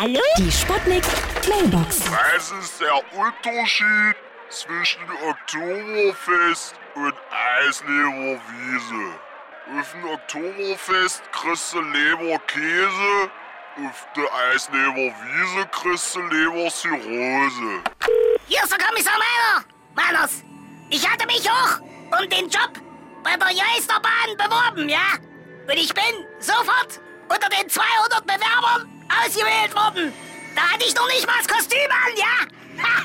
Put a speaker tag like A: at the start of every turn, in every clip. A: Hallo?
B: Die Sputnik Mailbox.
C: Was ist der Unterschied zwischen Oktoberfest und Eisleber Wiese? Auf dem Oktoberfest kriegst du Leberkäse, auf der Eisleber Wiese kriegst du Leberzirrhose.
A: Hier ist der Kommissar Meiner. Meiners, ich hatte mich auch um den Job bei der Geisterbahn beworben, ja? Und ich bin sofort unter den 200 Bewerbern ausgewählt worden. Da hatte ich noch nicht mal das Kostüm an, ja? Ha!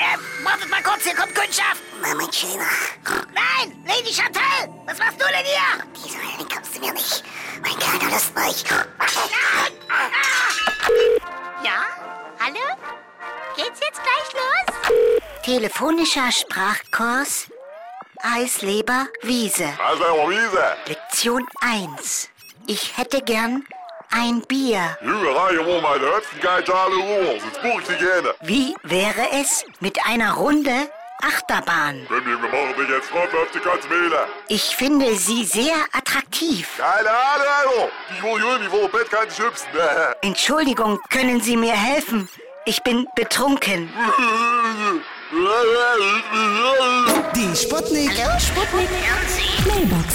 A: Ähm, wartet mal kurz, hier kommt Kundschaft.
D: Moment, Schöner.
A: Nein, Lady Chantal, was machst du denn hier?
D: Diese Höllen kommst du mir nicht. Mein kleiner Lust bei euch.
A: Nein! Ah!
E: Ja? Hallo? Geht's jetzt gleich los?
D: Telefonischer Sprachkurs. Eisleber Wiese.
C: Eisleber Wiese!
D: Lektion 1. Ich hätte gern ein Bier.
C: Hügerei, wo meine Höpfenkeit alle Ruhe, sonst buch ich die gerne.
D: Wie wäre es mit einer Runde Achterbahn?
C: Wenn wir machen dich jetzt drauf, Höpfenkeitsmähle.
D: Ich finde sie sehr attraktiv.
C: Keine Ahnung, Alter! Die Juli, Juli, wo Bett kann ich hüpfen.
D: Entschuldigung, können Sie mir helfen? Ich bin betrunken.
B: Die Sputnik
E: Hallo, Sputnik.
B: Mailbox.